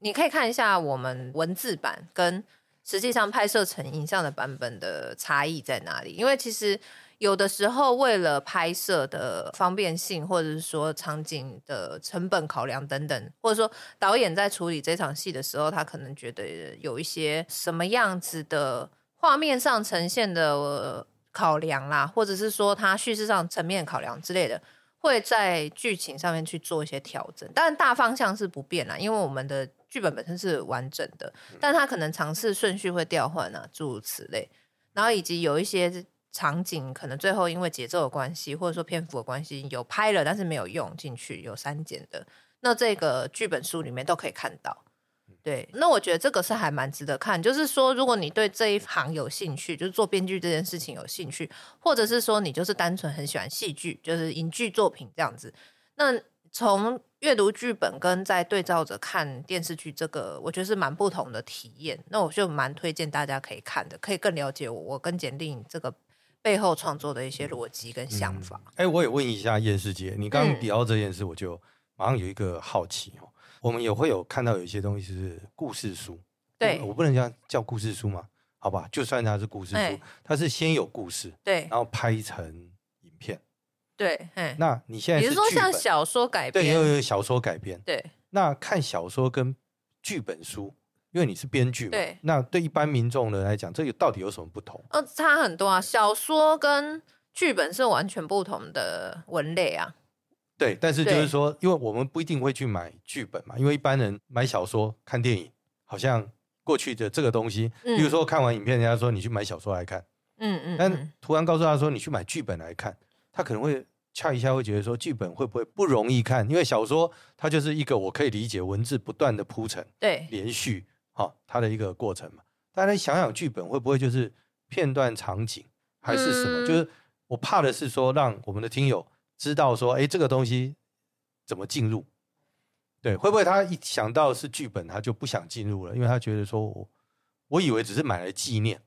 Speaker 1: 你可以看一下我们文字版跟实际上拍摄成影像的版本的差异在哪里。因为其实有的时候为了拍摄的方便性，或者是说场景的成本考量等等，或者说导演在处理这场戏的时候，他可能觉得有一些什么样子的呃画面上呈现的、呃考量啦，或者是说他叙事上层面考量之类的，会在剧情上面去做一些调整。但大方向是不变啦，因为我们的剧本本身是完整的，但他可能尝试顺序会调换啊，诸如此类。然后以及有一些场景，可能最后因为节奏的关系，或者说篇幅的关系，有拍了但是没有用进去，有删减的，那这个剧本书里面都可以看到。
Speaker 2: 嗯
Speaker 1: 对，那我觉得这个是还蛮值得看。就是说，如果你对这一行有兴趣，就是做编剧这件事情有兴趣，或者是说你就是单纯很喜欢戏剧，就是影剧作品这样子，那从阅读剧本跟在对照着看电视剧，这个我觉得是蛮不同的体验。那我就蛮推荐大家可以看的，可以更了解我我跟简令这个背后创作的一
Speaker 2: 嗯
Speaker 1: 些逻辑跟想法。
Speaker 2: 哎，我也问一下燕世杰，你刚
Speaker 1: 嗯
Speaker 2: 刚聊到这件事，我就马上有一个好奇哦。我们也会有看到有一些东西是故事书，
Speaker 1: 对
Speaker 2: 我我不能叫叫故事书嘛，好吧，就算它是故事
Speaker 1: 哎
Speaker 2: 书，它是先有故事，
Speaker 1: 对
Speaker 2: 然后拍成影片。
Speaker 1: 对，嗯，
Speaker 2: 那你现在
Speaker 1: 比
Speaker 2: 是
Speaker 1: 如说
Speaker 2: 剧
Speaker 1: 像
Speaker 2: 本，
Speaker 1: 小说改
Speaker 2: 对，
Speaker 1: 编
Speaker 2: 又，有小说改编。
Speaker 1: 对
Speaker 2: 那看小说跟剧本书，因为你是编剧嘛，
Speaker 1: 对
Speaker 2: 那对一般民众的来讲，这个到底有什么不同？
Speaker 1: 呃，差很多啊。小说跟剧本是完全不同的文类啊。
Speaker 2: 对，但是就
Speaker 1: 对
Speaker 2: 是说，因为我们不一定会去买剧本嘛，因为一般人买小说、看电影，好像过去的这个东西，
Speaker 1: 嗯
Speaker 2: 比如说看完影片，人家说你去买小说来看，
Speaker 1: 嗯嗯，嗯
Speaker 2: 但突然告诉他说你去买剧本来看，他可能会恰一下会觉得说剧本会不会不容易看？因为小说它就是一个我可以理解文字不断的铺陈、
Speaker 1: 对哦
Speaker 2: 连续，好、它的一个过程嘛。大家想想剧本会不会就是片段场景还是什么？
Speaker 1: 嗯
Speaker 2: 就是我怕的是说让我们的听友知道说，哎，这个东西怎么进入？对，会不会他一想到是剧本，他就不想进入了，因为他觉得说我我以为只是买来纪念。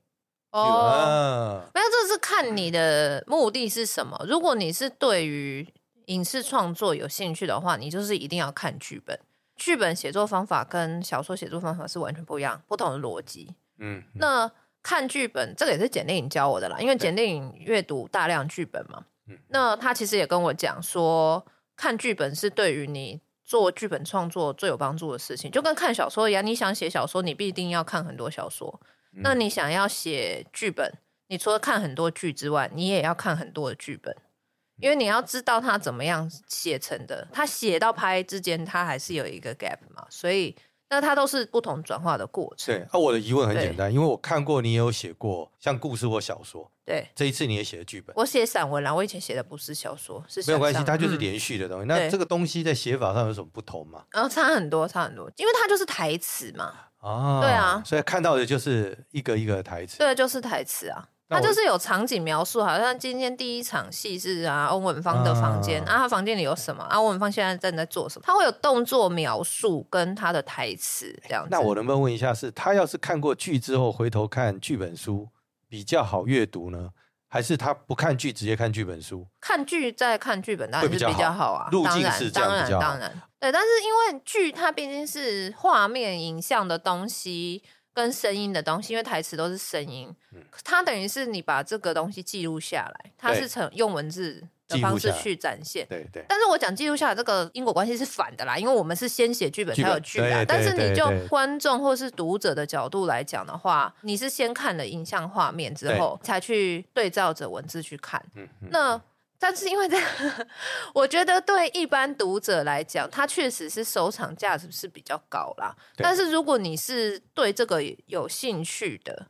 Speaker 1: 哦，
Speaker 2: 啊
Speaker 1: 没有，这是看你的目的是什么。如果你是对于影视创作有兴趣的话，你就是一定要看剧本。剧本写作方法跟小说写作方法是完全不一样，不同的逻辑。
Speaker 2: 嗯，嗯
Speaker 1: 那看剧本，这个也是简电影教我的啦，因为简电影阅读大量剧本嘛
Speaker 2: 嗯。
Speaker 1: 那他其实也跟我讲说，看剧本是对于你做剧本创作最有帮助的事情，就跟看小说一样。你想写小说，你必定要看很多小说。
Speaker 2: 嗯
Speaker 1: 那你想要写剧本，你除了看很多剧之外，你也要看很多的剧
Speaker 2: 嗯
Speaker 1: 本，因为你要知道他怎么样写成的。他写到拍之间，他还是有一个 gap 嘛，所以那它都是不同转化的过程。
Speaker 2: 对啊，我的疑问很
Speaker 1: 对
Speaker 2: 简单，因为我看过你也有写过像故事或小说，
Speaker 1: 对。
Speaker 2: 这一次你也写了剧本，
Speaker 1: 我写散文啦，我以前写的不是小说，是
Speaker 2: 没有关系，
Speaker 1: 想
Speaker 2: 它
Speaker 1: 象
Speaker 2: 就是
Speaker 1: 嗯
Speaker 2: 连续的东
Speaker 1: 对
Speaker 2: 西。那这个东西在写法上有什么不同吗？
Speaker 1: 然后差很多，差很多，因为它就是台词嘛，
Speaker 2: 啊，
Speaker 1: 对啊
Speaker 2: 所以看到的就是一个一个的台词。
Speaker 1: 对，就是台词啊。
Speaker 2: 那
Speaker 1: 它
Speaker 2: 我
Speaker 1: 就是有场景描述，好像今天第一场戏是啊，欧文芳的房间
Speaker 2: 啊
Speaker 1: 啊，他房间里有什么啊，欧文芳现在正在做什么，他会有动作描述跟他的台词这样子。
Speaker 2: 那我能不能问一下是，他要是看过剧之后回头看剧本书比较好阅读呢，还是他不看剧直接看剧本书？
Speaker 1: 看剧再看剧本当
Speaker 2: 会
Speaker 1: 然
Speaker 2: 比
Speaker 1: 是
Speaker 2: 较
Speaker 1: 比较
Speaker 2: 好
Speaker 1: 好啊，
Speaker 2: 路
Speaker 1: 当
Speaker 2: 径
Speaker 1: 然
Speaker 2: 是这样
Speaker 1: 当
Speaker 2: 比
Speaker 1: 然
Speaker 2: 较好
Speaker 1: 当然，对。但是因为剧它毕竟是画面、影像的东西跟声音的东西，因为台词都是声音，它等于是你把这个东西记录下来，它
Speaker 2: 嗯对
Speaker 1: 是成用文字的
Speaker 2: 记录
Speaker 1: 方式
Speaker 2: 下来
Speaker 1: 去展现。
Speaker 2: 对对，
Speaker 1: 但是我讲记录下来这个因果关系是反的啦，因为我们是先写剧本
Speaker 2: 剧
Speaker 1: 才
Speaker 2: 本
Speaker 1: 有剧啦
Speaker 2: 对。
Speaker 1: 但是
Speaker 2: 对
Speaker 1: 你就
Speaker 2: 对
Speaker 1: 观众或是读者的角度来讲的话，你是先看了影像画面之后，才去对照着文字去看。
Speaker 2: 嗯嗯
Speaker 1: 那但是因为这， <laughs> 我觉得对一般读者来讲，它确实是收藏价值是比较高啦。
Speaker 2: 对
Speaker 1: 但是如果你是对这个有兴趣的，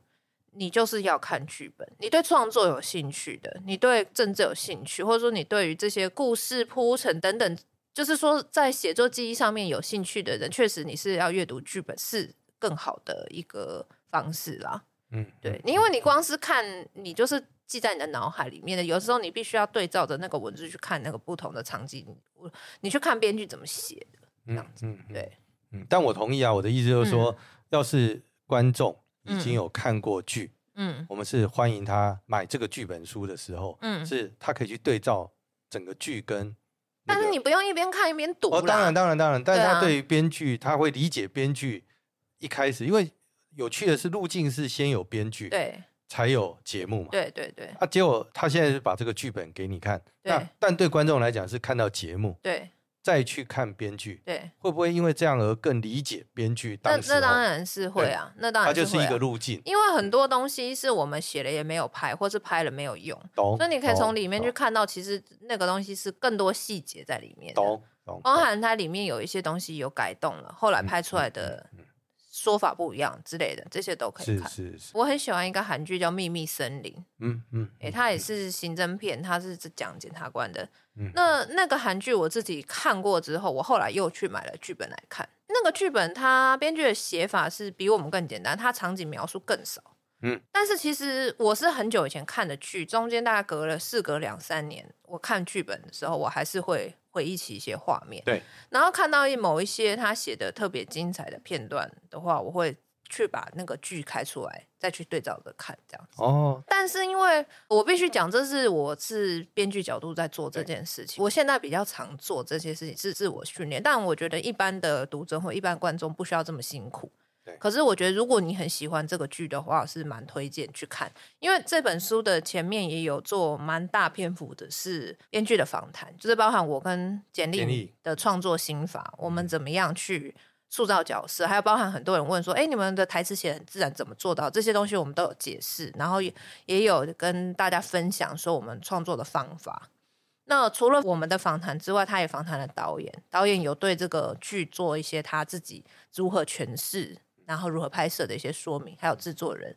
Speaker 1: 你就是要看剧本。你对创作有兴趣的，你对政治有兴趣，或者说你对于这些故事铺陈等等，就是说在写作记忆上面有兴趣的人，确实你是要阅读剧本是更好的一个方式啦。
Speaker 2: 嗯，
Speaker 1: 对
Speaker 2: 嗯，
Speaker 1: 你因为你光是看，你就是记在你的脑海里面的。有时候你必须要对照着那个文字去看那个不同的场景，我你去看编剧怎么写的。这样
Speaker 2: 嗯嗯嗯
Speaker 1: 对，
Speaker 2: 嗯，但我同意啊，我的意思就是说，要是观众已经
Speaker 1: 嗯
Speaker 2: 有看过剧，
Speaker 1: 嗯
Speaker 2: 我们是欢迎他买这个剧本书的时候，
Speaker 1: 嗯，
Speaker 2: 是他可以去对照整个剧跟那
Speaker 1: 但
Speaker 2: 个、
Speaker 1: 是你不用一边看一边读啦。
Speaker 2: 哦，当然当然当然，但是
Speaker 1: 对啊
Speaker 2: 他对于编剧，他会理解编剧一开始，因为有趣的是路径是先有编剧，
Speaker 1: 对
Speaker 2: 才有节目嘛。
Speaker 1: 对对对
Speaker 2: 啊，结果他现在是把这个剧本给你看，那
Speaker 1: 对
Speaker 2: 但对观众来讲是看到节目，
Speaker 1: 对
Speaker 2: 再去看编剧，
Speaker 1: 对，
Speaker 2: 会不会因为这样而更理解编剧
Speaker 1: 那
Speaker 2: 当时
Speaker 1: 那
Speaker 2: 候？
Speaker 1: 当然是会啊，那当
Speaker 2: 它
Speaker 1: 然
Speaker 2: 就是
Speaker 1: 会
Speaker 2: 一
Speaker 1: 啊
Speaker 2: 个路径，
Speaker 1: 因为很多东西是我们写了也没有拍，或是拍了没有用，
Speaker 2: 懂？
Speaker 1: 所以你可以
Speaker 2: 懂
Speaker 1: 从里面去
Speaker 2: 哦懂
Speaker 1: 看到，其实那个东西是更多细节在里面的。
Speaker 2: 懂懂，
Speaker 1: 包
Speaker 2: 懂
Speaker 1: 含它里面有一些东西有改动了，后
Speaker 2: 嗯
Speaker 1: 来拍出来的说法不一样之类的，这些都可以
Speaker 2: 是
Speaker 1: 看。
Speaker 2: 是是，
Speaker 1: 我很喜欢一个韩剧叫《秘密森林》，
Speaker 2: 嗯嗯，
Speaker 1: 诶、它也是刑侦片，它是讲检察官的。
Speaker 2: 嗯
Speaker 1: 那那个韩剧我自己看过之后，我后来又去买了剧本来看。那个剧本它编剧的写法是比我们更简单，它场景描述更少，
Speaker 2: 嗯
Speaker 1: 嗯，但是其实我是很久以前看的剧，中间大概隔了事隔两三年，我看剧本的时候，我还是会回忆起一些画面。
Speaker 2: 对，
Speaker 1: 然后看到一某一些他写的特别精彩的片段的话，我会去把那个剧开出来，再去对照着看，这样子。
Speaker 2: 哦，
Speaker 1: 但是因为我必须讲，这是我是编剧角度在做这件事情。我现在比较常做这些事情是自我训练，但我觉得一般的读者或一般观众不需要这么辛苦
Speaker 2: 对。
Speaker 1: 可是我觉得，如果你很喜欢这个剧的话，是蛮推荐去看，因为这本书的前面也有做蛮大篇幅的是编剧的访谈，就是包含我跟简
Speaker 2: 简历嗯
Speaker 1: 历的创作心法，我们怎么样去塑造角色，还有包含很多人问说，哎，你们的台词写得很自然，怎么做到？这些东西我们都有解释，然后也也有跟大家分享说我们创作的方法。那除了我们的访谈之外，他也访谈了导演，导演有对这个剧做一些他自己如何诠释，然后如何拍摄的一些说明，还有制作人。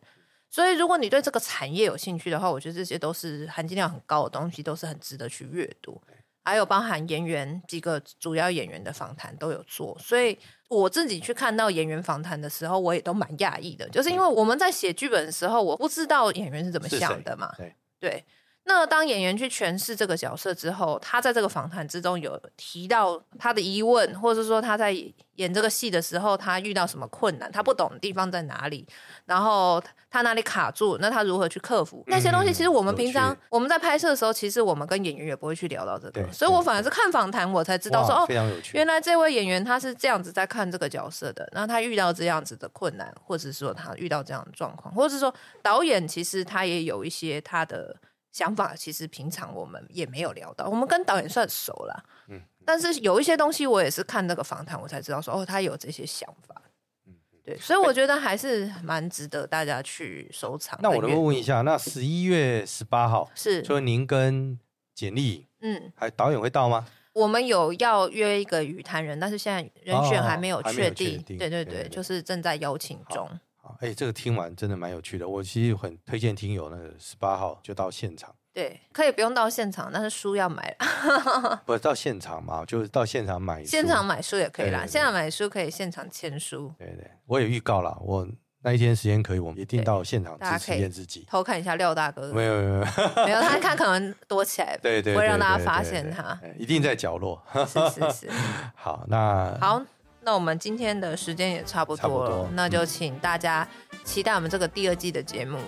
Speaker 1: 所以，如果你对这个产业有兴趣的话，我觉得这些都是含金量很高的东西，都是很值得去阅读。还有包含演员几个主要演员的访谈都有做，所以我自己去看到演员访谈的时候，我也都蛮讶异的，就是因为我们在写剧本的时候，我不知道演员是怎么
Speaker 2: 是谁
Speaker 1: 想的嘛，
Speaker 2: 对
Speaker 1: 对。那当演员去诠释这个角色之后，他在这个访谈之中有提到他的疑问，或者是说他在演这个戏的时候，他遇到什么困难，他不懂的地方在哪里，然后他哪里卡住，那他如何去克服那些东西？其实我们
Speaker 2: 嗯有
Speaker 1: 平常
Speaker 2: 趣
Speaker 1: 我们在拍摄的时候，其实我们跟演员也不会去聊到这
Speaker 2: 对
Speaker 1: 个，所以我反而是看访谈我才知道说
Speaker 2: 哇
Speaker 1: 哦
Speaker 2: 非，常有趣，
Speaker 1: 原来这位演员他是这样子在看这个角色的，那他遇到这样子的困难，或者说他遇到这样的状况，或者说导演其实他也有一些他的想法，其实平常我们也没有聊到，我们跟导演算熟了，
Speaker 2: 嗯
Speaker 1: 嗯，但是有一些东西我也是看那个访谈我才知道说哦，他有这些想法。
Speaker 2: 嗯
Speaker 1: 对，所以我觉得还是蛮值得大家去收藏
Speaker 2: 那
Speaker 1: 跟阅
Speaker 2: 我
Speaker 1: 读。
Speaker 2: 能够问一下，那十一月十八号，
Speaker 1: 是，
Speaker 2: 所以您跟简历
Speaker 1: 嗯，
Speaker 2: 还导演会到吗？
Speaker 1: 我们有要约一个语坛人，但是现在人选
Speaker 2: 哦
Speaker 1: 还没有
Speaker 2: 还没
Speaker 1: 确
Speaker 2: 有确
Speaker 1: 定。
Speaker 2: 定
Speaker 1: 对
Speaker 2: 对
Speaker 1: 对
Speaker 2: 对
Speaker 1: 对，
Speaker 2: 对
Speaker 1: 就是正在邀请中。
Speaker 2: 啊，哎，这个听完真的蛮有趣的，我其实很推荐听友那个十八号就到现场，
Speaker 1: 对，可以不用到现场，但是书要买啦。
Speaker 2: 不是到现场嘛，就是到现场买书。
Speaker 1: 哦现场买书也可以啦，
Speaker 2: 对对对
Speaker 1: 现场买书可以现场签书，
Speaker 2: 对对，我也预告了，我那一天时间可以，我们一定
Speaker 1: 对
Speaker 2: 到现场
Speaker 1: 大家
Speaker 2: 支
Speaker 1: 可
Speaker 2: 持
Speaker 1: 以
Speaker 2: 验自己。
Speaker 1: 偷看一下廖大哥。
Speaker 2: 没有没有没有，
Speaker 1: 没有，他看可能躲起来，
Speaker 2: 对对，
Speaker 1: 不会
Speaker 2: 对
Speaker 1: 让大家
Speaker 2: 对
Speaker 1: 发
Speaker 2: 对
Speaker 1: 现
Speaker 2: 对
Speaker 1: 他。
Speaker 2: 哎一定在角落。
Speaker 1: 是是是，
Speaker 2: 好，那
Speaker 1: 好。那我们今天的时间也差不
Speaker 2: 差不
Speaker 1: 多了，
Speaker 2: 多嗯
Speaker 1: 那就请大家期待我们这个第二季的节目。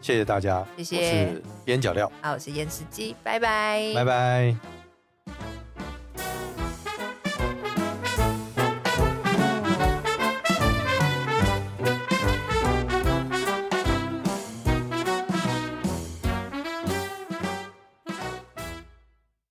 Speaker 2: 谢谢大家，
Speaker 1: 谢谢
Speaker 2: 我是边角料，
Speaker 1: 好，我是严司机，拜拜，
Speaker 2: 拜拜。